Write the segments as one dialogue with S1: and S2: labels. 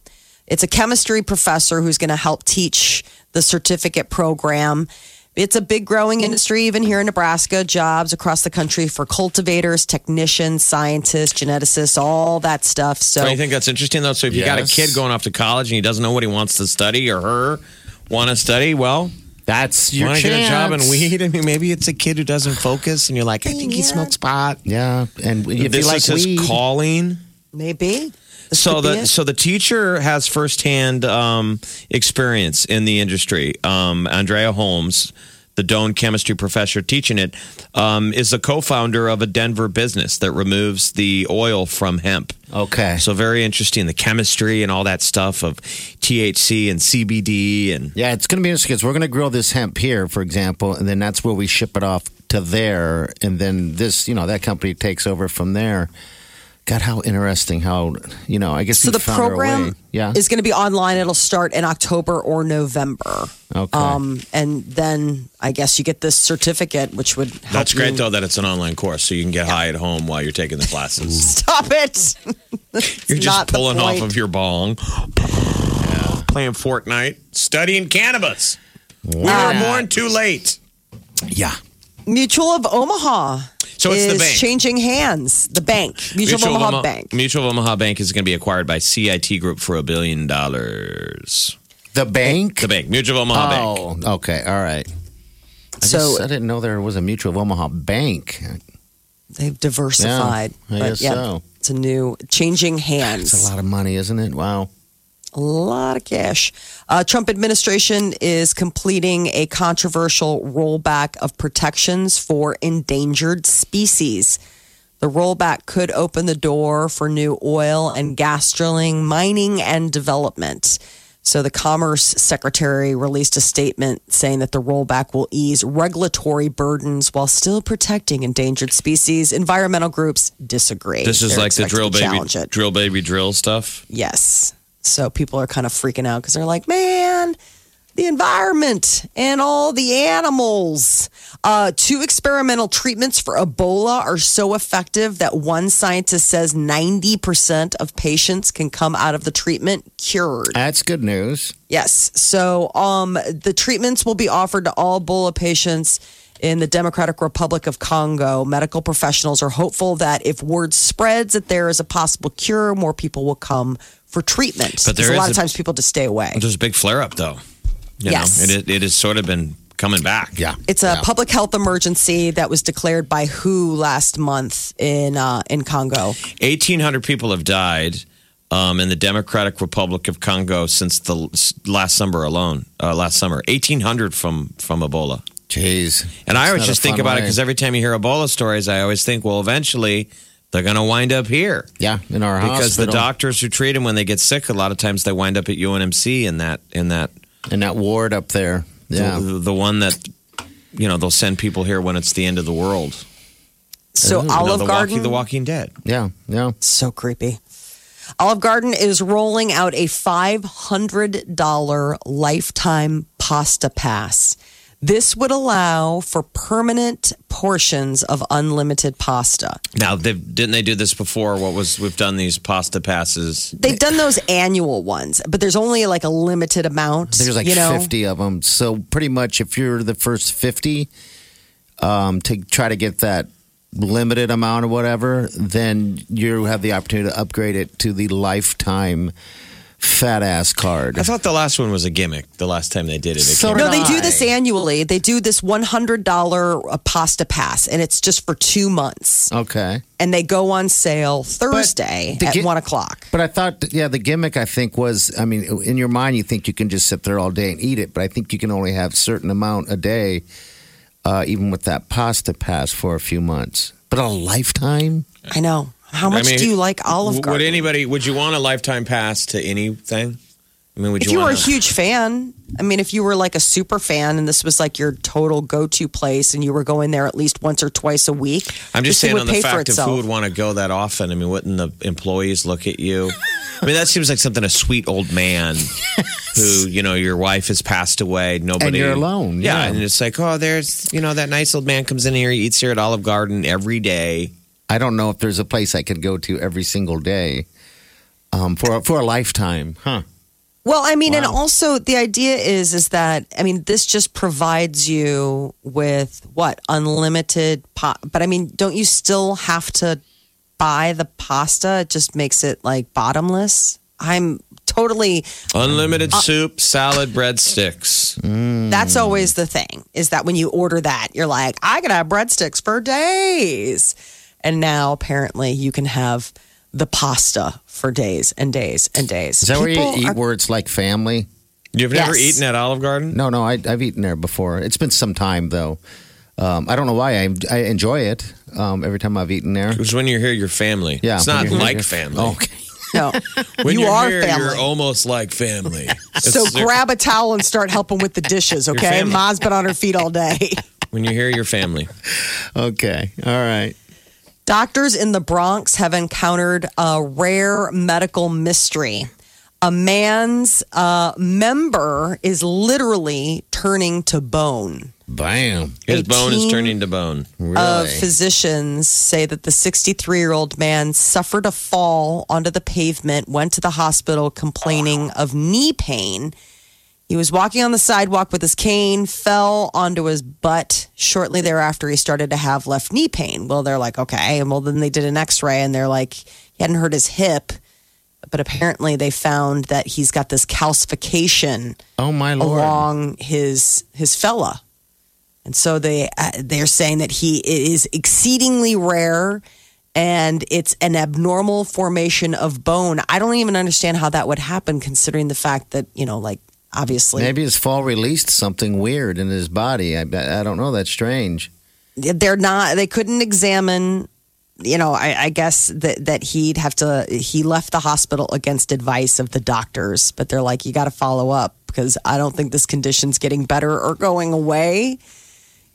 S1: It's a chemistry professor who's going to help teach the certificate program. It's a big growing industry, even here in Nebraska. Jobs across the country for cultivators, technicians, scientists, geneticists, all that stuff. So,
S2: Don't you think that's interesting though? So if you got a
S3: Yes.
S2: kid going off to college and he doesn't know what he wants to study or her want to study, well,
S3: That's your
S2: want to
S3: chance.
S2: get a job in weed? I mean, maybe it's a kid who doesn't focus, and you're like, I think he smokes pot.
S3: Yeah, and if
S2: this
S3: you like
S2: is his
S3: weed,
S2: calling.
S1: maybe. This
S2: So
S1: could be
S2: the
S1: it.
S2: so the teacher has firsthand um, experience in the industry. Um, Andrea Holmes, the Doan chemistry professor teaching it, um, is the co-founder of a Denver business that removes the oil from hemp.
S3: okay.
S2: So very interesting, the chemistry and all that stuff of THC and CBD and
S3: Yeah, it's going to be interesting because we're going to grow this hemp here, for example, and then that's where we ship it off to there, and then this, you know, that company takes over from there. God, how interesting! How you know? I guess
S1: So
S3: you
S1: the
S3: found her a way.
S1: program
S3: yeah,
S1: is going to be online. It'll start in October or November.
S3: Okay.
S1: Um, and then I guess you get this certificate, which would help
S2: that's great
S1: you-
S2: though that it's an online course, so you can get high at home while you're taking the classes.
S1: Stop it! That's
S2: you're
S1: not
S2: just
S1: the
S2: pulling off
S1: point.
S2: of your bong, playing Fortnite, studying cannabis. We were
S1: um,
S2: born too late.
S3: yeah.
S1: Mutual of Omaha.
S2: So it's
S1: is
S2: the bank.
S1: changing hands. The bank, Mutual, of Omaha Bank.
S2: Mutual of Omaha Bank is going to be acquired by CIT Group for a billion dollars.
S3: The bank.
S2: The bank, Mutual of Omaha Bank.
S3: oh, okay, all right. I
S1: So-
S3: just, I didn't know there was a Mutual of Omaha Bank.
S1: They've diversified.
S3: Yeah, I
S1: But
S3: guess so.
S1: It's a new changing hands.
S3: It's a lot of money, isn't it? Wow.
S1: a lot of cash. Uh, Trump administration is completing a controversial rollback of protections for endangered species. The rollback could open the door for new oil and gas drilling, mining, and development. So, the Commerce Secretary released a statement saying that the rollback will ease regulatory burdens while still protecting endangered species. Environmental groups disagree.
S2: This is
S1: They're
S2: like the
S1: expected
S2: drill
S1: to
S2: baby,
S1: challenge it.
S2: drill baby drill stuff.
S1: Yes. So people are kind of freaking out because they're like, man, the environment and all the animals. Uh, two experimental treatments for Ebola are so effective that one scientist says 90% of patients can come out of the treatment cured.
S4: That's good news.
S1: Yes. So um, the treatments will be offered to all Ebola patients in the Democratic Republic of Congo. Medical professionals are hopeful that if word spreads that there is a possible cure, more people will come for treatment.
S2: But there
S1: Because a lot of
S2: is a-
S1: times people just stay away.
S2: There's a big flare up, though. You
S1: Yes.
S2: Know, it, it has sort of been coming back.
S4: Yeah.
S1: It's a public health emergency that was declared by WHO last month in uh, in Congo.
S2: 1,800 people have died um, in the Democratic Republic of Congo since the l- s- last summer alone. Uh, last summer, 1,800 from from Ebola.
S4: Jeez.
S2: And I
S4: It's
S2: always
S4: not
S2: just
S4: a
S2: think
S4: fun
S2: about it
S4: way.
S2: because every time you hear Ebola stories, I always think, well, eventually they're going to wind up here
S4: yeah, in our
S2: because
S4: hospital
S2: the doctors who treat them when they get sick, a lot of times they wind up at UNMC in that in that
S4: in that ward up there. Yeah.
S2: the, the one that you know they'll send people here when it's the end of the world.
S1: So
S2: You know,
S1: Olive
S2: the
S1: Garden,
S2: Walking, the Walking Dead.
S4: Yeah. Yeah.
S1: so creepy. Olive Garden is rolling out a $500 lifetime pasta pass. This would allow for permanent portions of unlimited pasta.
S2: Now, they didn't they do this before? What was we've done these pasta passes?
S1: They've done those annual ones, but there's only like a limited amount.
S4: There's like
S1: you know?
S4: 50 of them. So pretty much if you're the first 50 um, to try to get that limited amount or whatever, then you have the opportunity to upgrade it to the lifetime fat ass card.
S2: I thought the last one was a gimmick. The last time they did it, it
S4: So
S2: came-
S4: did
S1: No, they do this
S4: I.
S1: annually. They do this $100 a uh, pasta pass, and it's just for two months.
S4: Okay.
S1: And they go on sale Thursday
S4: the
S1: at
S4: gi-
S1: one o'clock.
S4: But I thought, yeah, the gimmick I think was, I mean, in your mind you think you can just sit there all day and eat it, but I think you can only have certain amount a day, uh, even with that pasta pass for a few months. But a lifetime?
S1: I know. How
S2: I
S1: much
S2: mean,
S1: do you like Olive
S2: w-
S1: Garden?
S2: Would anybody? Would you want a lifetime pass to anything? I mean, would
S1: if
S2: you?
S1: you were a
S2: want to-
S1: huge fan, I mean, if you were like a super fan and this was like your total go to place and you were going there at least once or twice a week,
S2: I'm just
S1: this thing
S2: saying
S1: would
S2: on the
S1: pay for
S2: fact of
S1: itself.
S2: who would want to go that often. I mean, wouldn't the employees look at you? I mean, that seems like something a sweet old man who, you know, your wife has passed away. Nobody.
S4: you're alone,
S2: Yeah.
S4: yeah.
S2: And it's like, oh, there's, you know, that nice old man comes in here, he eats here at Olive Garden every day.
S4: I don't know if there's a place I could go to every single day um, for for a lifetime, huh?
S1: Well, I mean, and also the idea is is that I mean, this just provides you with what unlimited pot. But I mean, don't you still have to buy the pasta? It just makes it like bottomless. I'm totally.
S2: Unlimited
S1: Uh,
S2: soup, salad, breadsticks. Mm.
S1: That's always the thing is that when you order that, you're like, I could have breadsticks for days, and now apparently you can have the pasta for days and days and days.
S4: Is that where
S1: People
S4: you eat
S1: are-
S4: where it's like family?
S2: You've never
S1: Yes.
S2: eaten at Olive Garden?
S4: No, no, I, I've eaten there before. It's been some time though. Um, I don't know why I, I enjoy it um, every time I've eaten there.
S2: Because when you're here, you're family.
S4: Yeah,
S2: It's
S4: when
S2: not
S4: you're here,
S2: like
S4: you're-
S2: family.
S4: Okay,
S1: No,
S2: When
S1: you
S2: you're
S1: are
S2: here,
S1: family.
S2: you're almost like family.
S1: So
S2: It's-
S1: grab a towel and start helping with the dishes, okay?
S2: family.
S1: Ma's been on her feet all day.
S2: When you're here, you're family.
S4: okay, all right.
S1: Doctors in the Bronx have encountered a rare medical mystery. A man's uh, member is literally turning to bone.
S4: Bam,
S2: His bone is
S1: 18
S2: turning to bone.
S4: really?
S1: Of physicians say that the 63 year old man suffered a fall onto the pavement, went to the hospital complaining of knee pain. He was walking on the sidewalk with his cane, fell onto his butt. Shortly thereafter, he started to have left knee pain. Well, they're like, okay. And well, then they did an x ray and they're like, he hadn't hurt his hip. But apparently, they found that he's got this calcification
S4: oh my lord!
S1: along his his fella. And so they uh, they're saying that he it is exceedingly rare and it's an abnormal formation of bone. I don't even understand how that would happen considering the fact that, you know, like obviously
S4: Maybe his fall released something weird in his body. I I don't know. That's strange.
S1: they're not they couldn't examine you know, I, I guess that that he'd have to. He left the hospital against advice of the doctors, but they're like, you got to follow up because I don't think this condition's getting better or going away.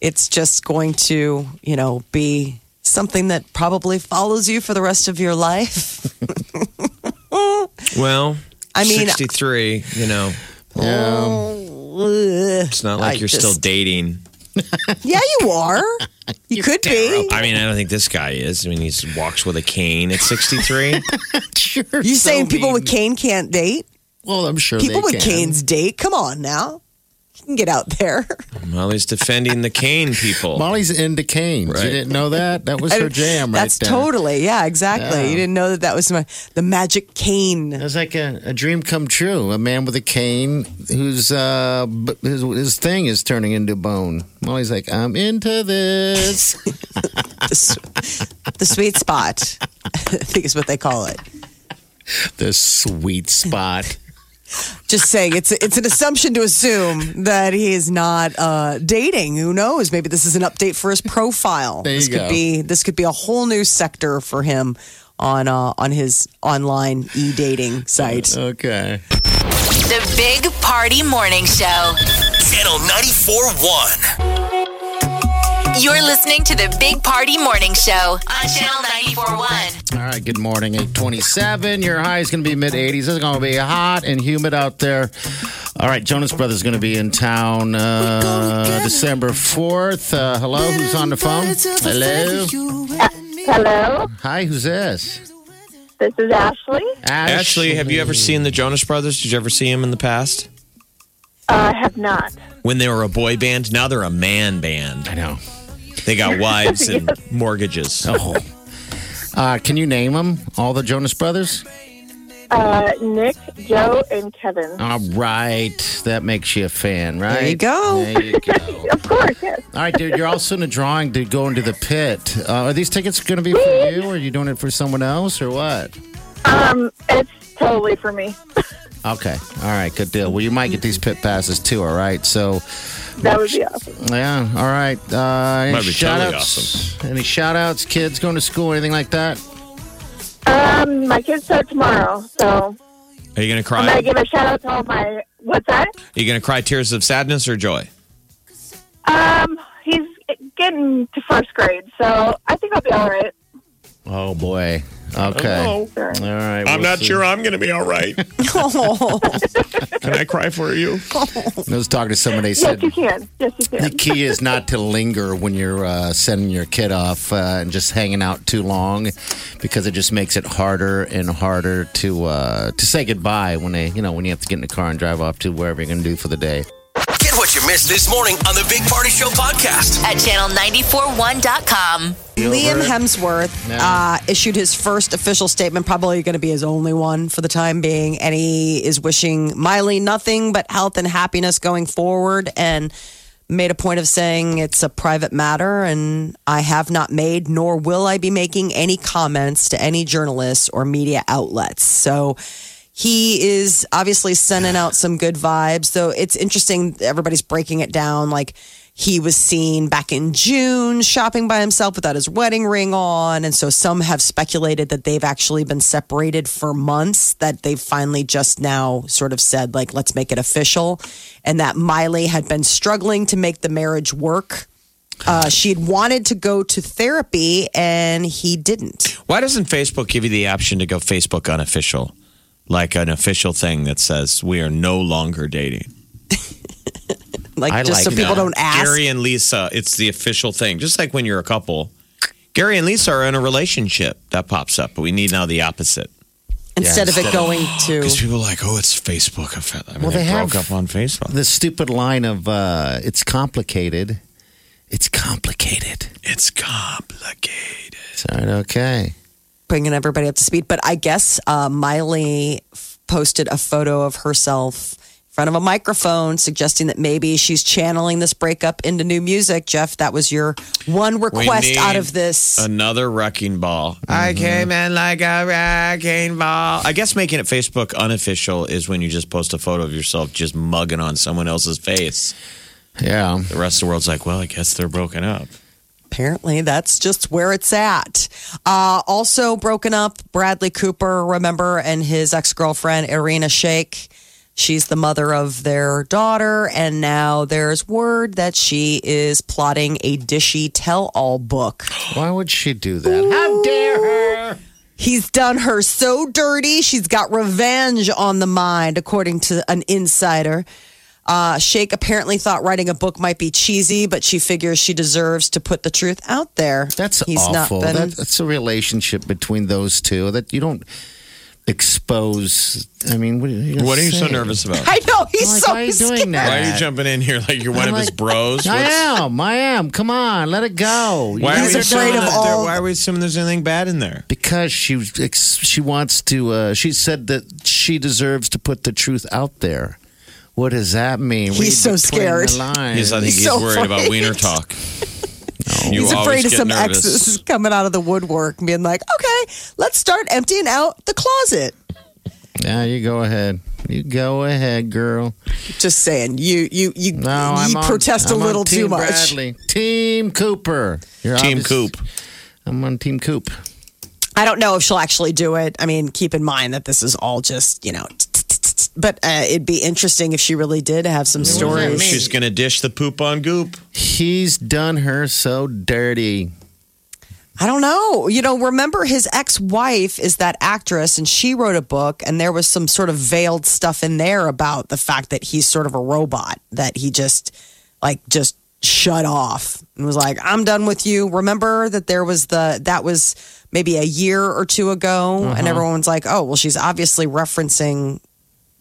S1: It's just going to, you know, be something that probably follows you for the rest of your life.
S2: Well,
S1: I mean- uh,
S2: 63, you know.
S1: ugh.
S2: It's not like
S1: I
S2: you're still
S1: just-
S2: dating.
S1: Yeah, you are. You could be.
S2: I mean, I don't think this guy is. I mean, he walks with a cane at 63.
S3: Sure,
S1: You
S3: so
S1: saying people with
S3: mean.
S1: cane can't date?
S3: Well, I'm sure
S1: People
S3: they
S1: with
S3: can.
S1: canes date. Come on now. You can get out there.
S2: Molly's defending the cane people.
S3: Molly's into canes. You
S2: Right.
S3: didn't know that? That was her jam, right
S1: Oh, That's
S3: there.
S1: totally. Yeah, exactly.
S3: Yeah.
S1: You didn't know that that was my, the magic cane.
S3: It's like a, a dream come true. A man with a cane whose uh, b- his, his thing is turning into bone. Molly's like, I'm into this.
S1: The, s- the sweet spot, I think is what they call it.
S3: the sweet spot.
S1: Just saying, it's it's an assumption to assume that he is not uh, dating. Who knows? Maybe this is an update for his profile.
S3: There you
S1: this could
S3: go.
S1: be this could be a whole new sector for him on uh, on his online e dating site.
S3: Uh, Okay.
S5: The Big Party Morning Show.
S6: Channel 94.1.
S5: You're listening to the Big Party Morning Show on Channel 94.1.
S3: All right, good morning. 827. Your high is going to be mid 80s. It's going to be hot and humid out there. All right, Jonas Brothers is going to be in town uh, December 4th. Uh, hello, who's on the phone? Hello.
S4: Hello,
S3: Hi, who's this?
S4: this is Ashley.
S2: Ashley, have you ever seen the Jonas Brothers? Did you ever see him in the past?
S4: I have not.
S2: When they were a boy band, now they're a man band.
S3: I know.
S2: They got wives and mortgages.
S3: Oh. Uh, can you name them? All the Jonas Brothers?
S4: Uh, Nick, Joe, and Kevin.
S3: All right. Ah, That makes you a fan, right?
S1: There you go.
S3: There you go.
S4: Of course, yes.
S3: All right, dude, you're also in a drawing to go into the pit. Uh, are these tickets going to be for you? Or are you doing it for someone else or what?
S4: Um, it's totally for me.
S3: Okay. All right. Good deal. Well, you might get these pit passes too. All right. So,
S4: That would be awesome.
S3: yeah. All right. Uh, any
S2: Might be
S3: shout
S2: totally
S3: outs? Any shout outs? Kids going to school? Anything like that?
S4: Um, my kids start tomorrow, so
S2: Are you going to
S4: I'm gonna
S2: cry?
S4: give a shout out to all my. What's that?
S2: Are you going to cry tears of sadness or joy?
S4: Um, he's getting to first grade, so I think I'll be all right.
S3: Oh, boy. Okay. All
S4: Sure.
S3: right. we'll see.
S2: I'm going to be all right. Can I cry for you?
S3: I was talking to someone. They
S4: Yes,
S3: said
S4: you can. Yes, you
S3: the
S4: can.
S3: key is not to linger when you're uh, sending your kid off uh, and just hanging out too long, because it just makes it harder and harder to uh, to say goodbye when they, you know, when you have to get in the car and drive off to wherever you're going to do for the day.
S6: Get what you missed this morning on the Big Party Show podcast.
S5: At channel941.com.
S1: Liam Hemsworth
S3: Yeah.
S1: uh, issued his first official statement, probably going to be his only one for the time being. And he is wishing Miley nothing but health and happiness going forward and made a point of saying it's a private matter. And I have not made, nor will I be making any comments to any journalists or media outlets. So. He is obviously sending out some good vibes, though it's interesting. Everybody's breaking it down. Like, he was seen back in June shopping by himself without his wedding ring on. And so some have speculated that they've actually been separated for months, that they've finally just now sort of said, like, let's make it official. And that Miley had been struggling to make the marriage work. Uh, she had wanted to go to therapy and he didn't.
S2: Why doesn't Facebook give you the option to go Facebook unofficial? Like an official thing that says we are no longer dating.
S1: Like,
S3: I
S1: just so
S3: like
S1: people
S3: that.
S1: don't ask.
S2: Gary and Lisa, it's the official thing. Just like when you're a couple, Gary and Lisa are in a relationship. That pops up, but we need now the opposite.
S1: instead of it going to.
S2: Because people are like, oh, it's Facebook. I mean,
S3: Well,
S2: they,
S3: they
S2: broke
S3: have-
S2: up on Facebook.
S3: the stupid line of uh, "It's complicated." It's complicated.
S2: It's complicated.
S3: It's all right. Okay.
S1: bringing everybody up to speed. But I guess uh, Miley f- posted a photo of herself in front of a microphone, suggesting that maybe she's channeling this breakup into new music. Jeff, that was your one request
S2: need
S1: out of this.
S2: Another wrecking ball.
S1: Mm-hmm.
S2: I came in like a wrecking ball. I guess making it Facebook unofficial is when you just post a photo of yourself just mugging on someone else's face.
S3: Yeah.
S2: The rest of the world's like, well, I guess they're broken up.
S1: Apparently, that's just where it's at. Uh, also, broken up, Bradley Cooper, remember, and his ex girlfriend, Irina Shayk. She's the mother of their daughter, and now there's word that she is plotting a dishy tell all book.
S3: Why would she do that? How dare her?
S1: He's done her so dirty. She's got revenge on the mind, according to an insider. Uh, Shake apparently thought writing a book might be cheesy, but she figures she deserves to put the truth out there.
S3: That's
S1: He's
S3: awful.
S1: Not been,
S3: That- that's a relationship between those two that you don't expose. I mean, what are you, gonna
S2: What are you so
S3: say?
S2: nervous about?
S1: I know he's
S3: Like,
S1: so
S3: why are you
S1: scared.
S3: doing that?
S2: Why are you jumping in here like you're one of
S3: I'm
S2: his
S3: like-
S2: bros?
S3: I
S2: What's-
S3: am. I am. Come on, let it go.
S2: Why
S1: He's
S2: are we
S1: afraid
S2: assuming
S1: of
S2: that there-
S1: all-
S2: Why are we assuming there's anything bad in there?
S3: because she was ex- she wants to. Uh, she said that she deserves to put the truth out there. What does that mean?
S1: He's so
S3: between
S1: scared.
S3: The lines.
S2: He's, I think
S1: He's
S2: he's,
S1: so
S2: worried about
S1: afraid.
S2: wiener talk. You
S1: He's
S2: always
S1: afraid of
S2: get
S1: some
S2: nervous.
S1: exes coming out of the woodwork and being like, okay, let's start emptying out the closet.
S3: yeah, you go ahead. You go ahead, girl.
S1: Just saying, you you you,
S3: No, I'm
S1: you
S3: on-
S1: protest
S3: I'm
S1: a
S3: on
S1: little
S3: Team
S1: too much.
S3: Bradley. Team Cooper. You're
S2: Team
S3: obvious-
S2: Coop.
S3: I'm on Team Coop.
S1: I don't know if she'll actually do it. I mean, keep in mind that this is all just you know, but uh, it'd be interesting if she really did have some stories.
S2: She's going to dish the poop on goop.
S3: He's done her so dirty.
S1: I don't know. You know, remember his ex-wife is that actress and she wrote a book and there was some sort of veiled stuff in there about the fact that he's sort of a robot that he just like just shut off and was like, "I'm done with you." Remember that there was the that was maybe a year or two ago and everyone's like, "Oh, well she's obviously referencing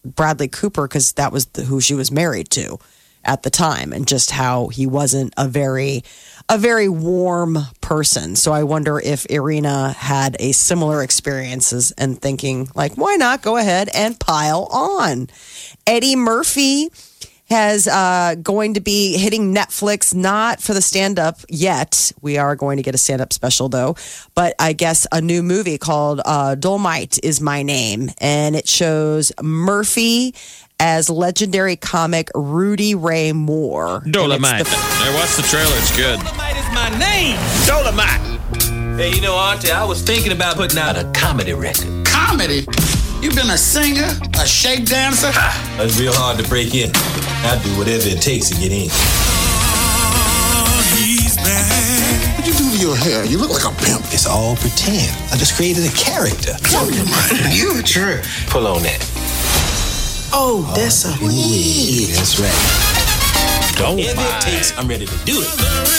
S1: Bradley Cooper because that was the, who she was married to at the time, and just how he wasn't a very a very warm person. So I wonder if Irina had a similar experiences and thinking like, why not go ahead and pile on? Eddie Murphy has uh, going to be hitting Netflix, not for the stand up yet. We are going to get a stand up special though, but I guess a new movie called uh, Dolmite is my name, and it shows Murphy as legendary comic Rudy Ray Moore.
S2: Dolomite. I watched the trailer. It's good.
S7: Dolomite is my name.
S2: Dolomite.
S7: Hey, you know, Auntie, I was thinking about putting out a comedy record.
S8: Comedy? You've been a singer, a shake dancer?
S7: It's real hard to break in. I do whatever it takes to get in.
S8: Oh, What'd you do to your hair? You look like a pimp.
S7: It's all pretend. I just created a character.
S8: You true.
S7: Pull on that.
S8: Oh, that's a weed.
S7: That's right. Whatever it takes, I'm ready to do it.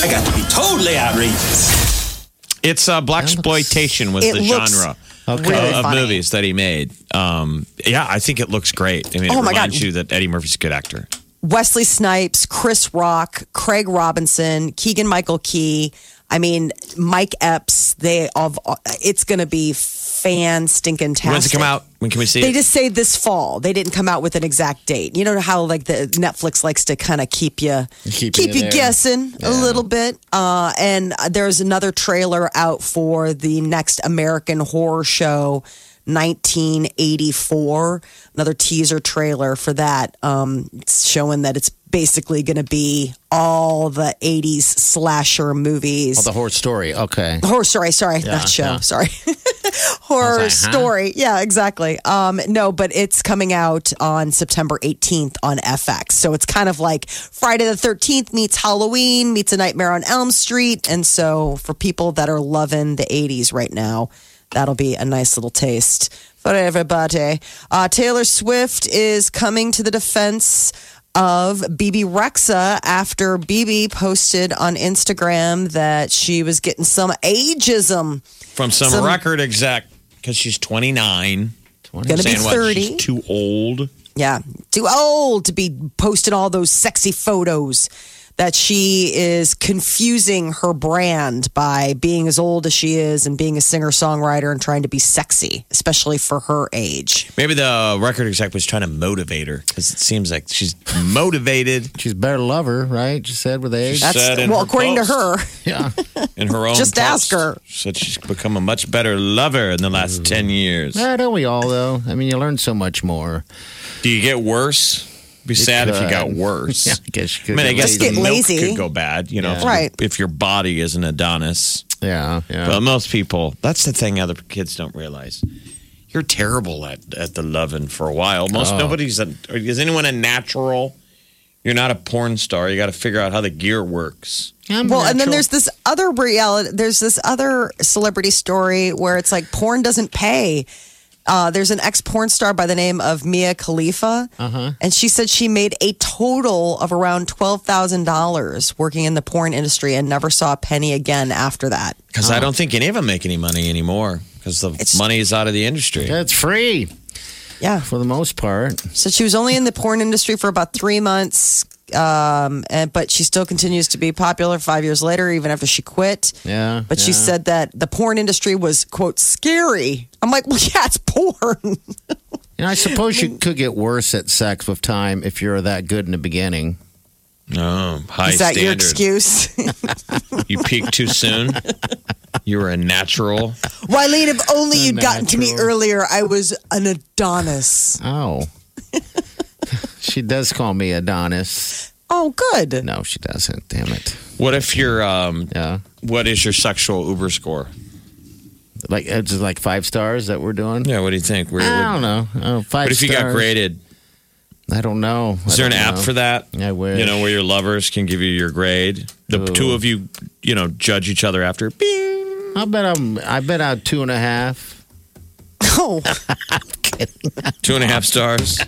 S7: I got to be totally outrageous.
S2: It's uh, black exploitation was
S1: It
S2: the
S1: looks
S2: genre uh,
S1: really
S2: of, of
S1: funny.
S2: movies that he made. Um, yeah, I think it looks great. I mean, it
S1: Oh my God.
S2: reminds you that Eddie Murphy's a good actor.
S1: Wesley Snipes, Chris Rock, Craig Robinson, Keegan Michael Key. I mean, Mike Epps. They all. It's going to be fan stinking tastic.
S2: When's it come out? When can we see
S1: They
S2: it?
S1: just say this fall. They didn't come out with an exact date. You know how like the Netflix likes to kind of keep you keep,
S3: Keep you
S1: you
S3: there.
S1: guessing a little bit. Uh, and there's another trailer out for the next American Horror Show. 1984 another teaser trailer for that um it's showing that it's basically going to be all the 80s slasher movies
S3: Oh, the horror story. Okay.
S1: horror story sorry not show
S3: yeah.
S1: sorry horror
S3: I was like, huh?
S1: story yeah exactly um no but it's coming out on september 18th on fx so it's kind of like friday the 13th meets halloween meets a nightmare on elm street and so for people that are loving the 80s right now that'll be a nice little taste for everybody uh, taylor swift is coming to the defense of BB Rexa after BB posted on Instagram that she was getting some ageism.
S2: From some,
S1: some-
S2: record exec because she's 29.
S1: Gonna be
S2: Saying what? She's
S1: 30.
S2: too old.
S1: Yeah, too old to be posting all those sexy photos. That she is confusing her brand by being as old as she is and being a singer songwriter and trying to be sexy, especially for her age.
S2: Maybe the record exec was trying to motivate her because it seems like she's motivated
S3: She's a better lover, right? She said with age.
S2: She's-
S1: That's
S2: Said in
S1: well,
S2: her
S1: according to her.
S2: post.
S3: yeah.
S2: in her own.
S1: Just ask
S2: post.
S1: her. Mm-hmm.
S2: She said she's become a much better lover in the last 10 years.
S3: Yeah, don't we all though? I mean, you learn so much more.
S2: Do you get worse? Be sad if you got
S3: could.
S2: worse.
S3: Yeah, I guess you
S2: I
S3: could.
S2: mean, I guess
S1: lazy.
S2: the milk
S1: Just get lazy.
S2: could go bad, you know, if,
S1: Right.
S2: if your body is an Adonis.
S3: Yeah, yeah.
S2: But most people, that's the thing other kids don't realize. You're terrible at, at the loving for a while.
S1: Oh.
S2: Most nobody's, a, is anyone a natural? You're not a porn star. You got to figure out how the gear works.
S3: I'm
S1: Well, and then
S3: natural.
S1: there's this other reality. There's this other celebrity story where it's like porn doesn't pay. uh, there's an ex porn star by the name of Mia Khalifa, and she said she made a total of around twelve thousand dollars working in the porn industry and never saw a penny again after that.
S2: Because I don't think any of them make any money anymore because the
S1: Oh. It's-
S2: money is out of the industry.
S3: That's free
S1: Yeah,
S3: for the most part.
S1: so she was only in the porn industry for about three months, um, and but she still continues to be popular five years later, even after she quit.
S3: Yeah.
S1: But she
S3: yeah.
S1: said that the porn industry was quote scary. I'm like, well, yeah, it's porn.
S3: And I suppose you could get worse at sex with time if you're that good in the beginning.
S2: Oh, high
S1: Is that your
S2: standard.
S1: excuse?
S2: You peaked too soon. you were a natural.
S1: Wileen, if only you'd gotten to me
S3: Unnatural.
S1: earlier, I was an Adonis.
S3: Oh. she does call me Adonis.
S1: Oh, good.
S3: No, she doesn't. Damn it.
S2: What if your um?
S3: Yeah.
S2: What is your sexual Uber score?
S3: Like it's like five stars that we're doing.
S2: Yeah, what do you think? Where,
S3: I don't
S2: what,
S3: know. Oh, five
S2: what if you got
S3: stars.
S2: graded?
S3: I don't know.
S2: Is there an app for that?
S3: I wish.
S2: You know, where your lovers can give you your grade. The
S3: Ooh.
S2: two of you, you know, judge each other after. Bing.
S3: I bet I'm. I bet out two and a half.
S1: Oh,
S2: Two and a half stars.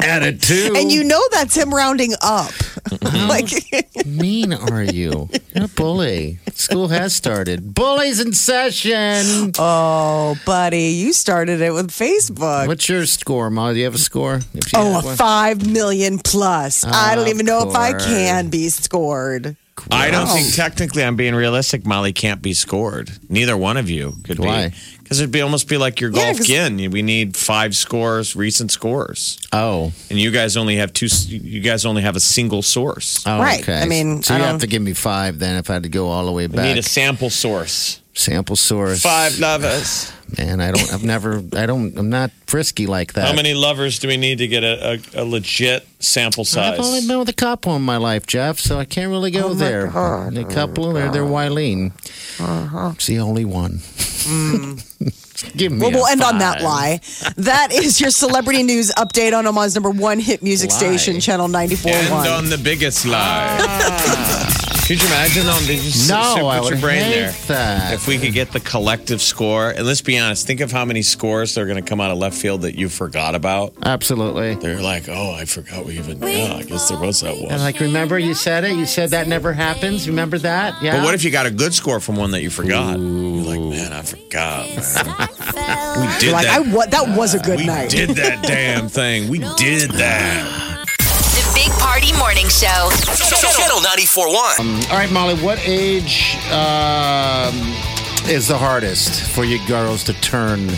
S3: Out of two.
S1: and you know that's him rounding up.
S3: Mm-hmm.
S1: like,
S3: mean are you? You're a bully. School has started. Bullies in session.
S1: oh, buddy, you started it with Facebook.
S3: What's your score, Ma? Do you have a score? If you
S1: Oh,
S3: have
S1: a
S3: one?
S1: five million plus. I don't
S3: Of
S1: even know if I
S3: course.
S1: can be scored.
S2: I don't think technically I'm being realistic. Molly can't be scored. Neither one of you could
S3: Why?
S2: be. Because it'd be almost be like your
S1: Yeah,
S2: golf
S1: 'cause-
S2: gin. We need five scores, recent scores,
S3: Oh,
S2: and you guys only have two. You guys only have a single source.
S3: oh,
S1: Right.
S3: Okay.
S1: I mean,
S3: so
S1: I
S3: you have
S1: don't-
S3: to give me five then if I had to go all the way
S2: We
S3: back.
S2: need a sample source.
S3: Sample source.
S2: Five lovers.
S3: Man, I don't. I've never. I don't. I'm not frisky like that.
S2: How many lovers do we need to get a, a, a legit sample size?
S3: I've only been with a couple in my life, Jeff, so I can't really go
S1: Oh,
S3: there. A couple, they're, they're Wileen. It's the only one. Give me
S1: Uh-huh. Mm. Well, we'll
S3: a
S1: end on that
S3: five.
S1: lie. That is your celebrity news update on Oman's number one hit music
S3: Lie.
S1: station, Channel 94.1.
S2: End on the biggest lie. could you imagine? On the, just
S3: Ah. No,
S2: put
S3: I would
S2: your brain
S3: hate
S2: there.
S3: that.
S2: If we could get the collective score, and let's be honest, think of how many scores they are going to come out of left field that you forgot about.
S3: Absolutely.
S2: They're like, oh, I forgot we even. Yeah, I guess there was that
S3: And
S2: one.
S3: like, remember you said it? You said that never happens. Remember that? Yeah.
S2: But what if you got a good score from one that you forgot? You're like, man, I forgot. Man. we did
S1: Like, I,
S2: that.
S1: wa- that was a good
S2: we
S1: night.
S2: did that damn thing. We did that.
S5: The Big Party Morning Show.
S6: Channel 94.1.
S7: Um,
S3: All right, Molly, what age um, is the hardest for you girls to turn?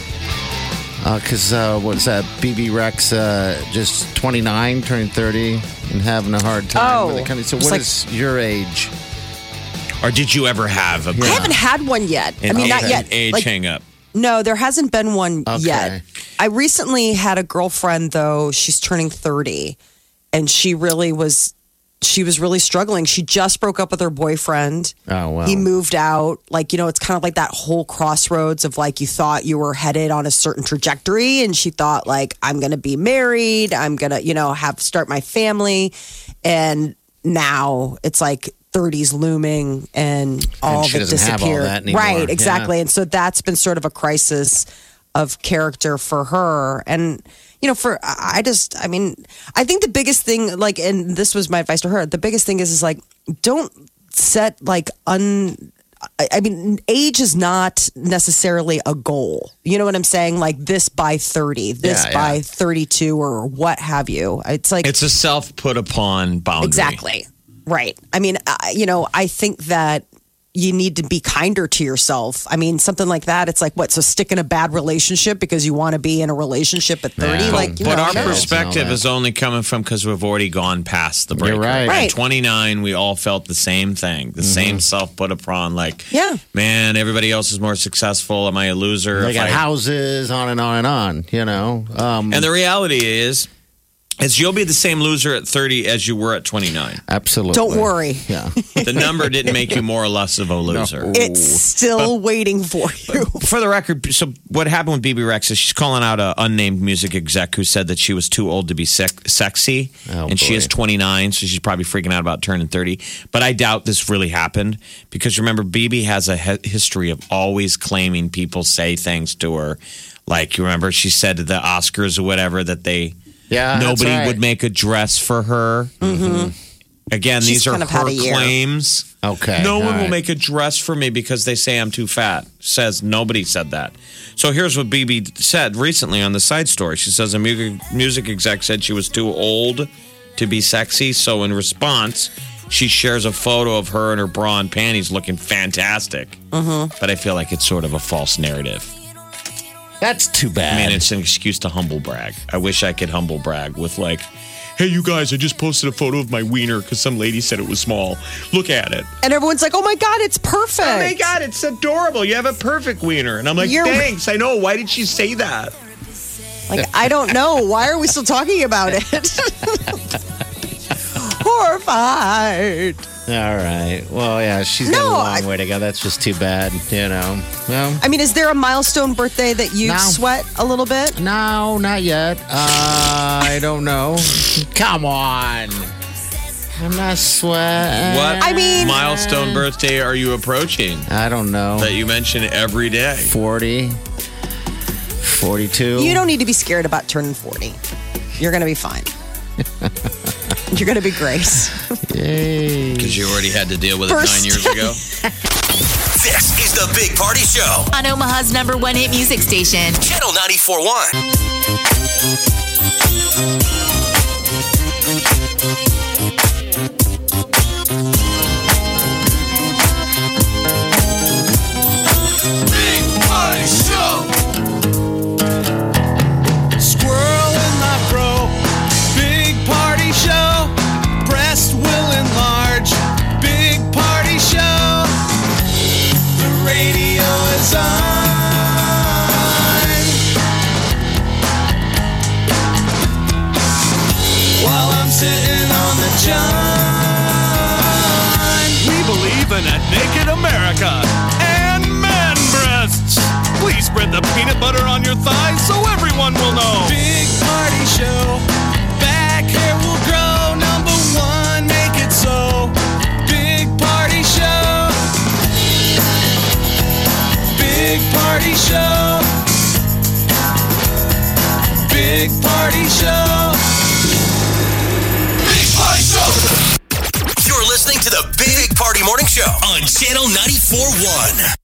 S3: Because uh, what's that? BB Rex uh, just 29, turning 30, and having a hard time. when
S1: Oh.
S3: it comes- so,
S1: It's
S3: what
S1: like-
S3: is your age?
S2: Or did you ever have a?
S1: I haven't had one yet. I mean, not
S2: age,
S1: yet.
S2: Age
S1: Like,
S2: hang up.
S1: No, there hasn't been one
S3: Okay.
S1: yet. I recently had a girlfriend though, she's turning 30 and she really was she was really struggling. She just broke up with her boyfriend.
S3: Oh, wow.
S1: He moved out. Like, you know, it's kind of like that whole crossroads of like you thought you were headed on a certain trajectory and she thought like I'm going to be married, I'm going to, you know, have start my family and now it's like 30s looming and all
S3: she
S1: of it
S3: doesn't have all
S1: disappeared.
S3: that anymore.
S1: Right, exactly.
S3: Yeah.
S1: And so that's been sort of a crisis of character for her. And, you know, for, I I just, I mean, I think the biggest thing, like, and this was my advice to her, the biggest thing is, is like, don't set like un, I I mean, age is not necessarily a goal. You know what I'm saying? Like this by 30, this
S3: Yeah, yeah.
S1: by 32, or what have you. It's like,
S2: It's a self put upon boundary.
S1: Exactly. Right. I mean, I, you know, I think that you need to be kinder to yourself. I mean, something like that. It's like what? So stick in a bad relationship because you want to be in a relationship at thirty.
S3: Yeah.
S1: Like, you
S2: But
S1: know,
S2: our
S3: no.
S2: perspective
S3: No, that-
S2: is only coming from because we've already gone past the break.
S3: You're right. Mm-hmm.
S1: Right.
S2: At 29, we all felt the same thing, the same self put upon. Like,
S1: Yeah.
S2: man, everybody else is more successful. Am I a loser?
S3: They
S2: If
S3: got
S2: I-
S3: houses, on and on and on, you know? Um,
S2: and the reality is, It's you'll be the same loser at 30 as you were at 29.
S3: Absolutely.
S1: Don't worry.
S3: Yeah.
S2: The number didn't make you more or less of a loser.
S1: It's still waiting for you.
S2: For the record, so what happened with BB Rex is she's calling out a unnamed music exec who said that she was too old to be sec- sexy,
S3: Oh,
S2: and she
S3: boy.
S2: is 29, so she's probably freaking out about turning 30. But I doubt this really happened because remember, BB has a he- history of always claiming people say things to her, like you remember she said to the Oscars or whatever that they
S3: Yeah.
S1: Uh,
S3: that's
S2: nobody
S3: right.
S2: would make a dress for her. Again,
S1: Mm-hmm. She's
S2: these are
S1: kind of
S2: her
S1: had a year.
S2: claims.
S3: Okay,
S2: No
S3: all
S2: one will
S3: right.
S2: make a dress for me because they say I'm too fat. Says nobody said that. So here's what BB said recently on the side story. She says a music, music exec said she was too old to be sexy. So in response, she shares a photo of her in her bra and panties looking fantastic. Mm-hmm. But I feel like it's sort of a false narrative.
S3: That's too bad.
S2: I mean, it's an excuse to humble brag. I wish I could humble brag with like, "Hey, you guys, I just posted a photo of my wiener because some lady said it was small. Look at it.
S1: And everyone's like, oh my God, it's perfect.
S2: Oh my god, it's adorable. You have a perfect wiener." And I'm like,
S1: You're-
S2: "Thanks. I know. Why did she say that?"
S1: Like, I don't know. Why are we still talking about it? Horrified.
S3: All right. Well, yeah, she's got
S1: No,
S3: a long
S1: I-
S3: way to go. That's just too bad, you know. Well,
S1: I mean, is there a milestone birthday that you
S3: No.
S1: sweat a little bit?
S3: no, not yet. Uh, I don't know. Come on. I'm not sweating.
S8: Uh,
S2: What?
S1: I mean-
S8: um,
S2: milestone birthday are you approaching
S3: I don't know.
S2: that you mention every day?
S3: 40, 42.
S1: You don't need to be scared about turning 40. You're going to be fine. You're going to be great.
S3: Yay.
S2: Because you already had to deal with it
S1: First
S2: nine years ago.
S6: This is the Big Party Show,
S5: On Omaha's number one hit music station.
S6: Channel 94.1.
S8: Big Party Show. Squirrel in my bro. Big Party Show. Breast will enlarge. Big Party Show. The radio is on. While I'm sitting on the john.
S7: We believe in a naked America and man breasts. Please spread the peanut butter on your thighs so everyone will know.
S8: Big party show. Back hair will grow. Number one, make it so. Big party show. Big party show. Big party show. Big party show.
S6: You're listening to the Big Party Morning Show on Channel 94.1.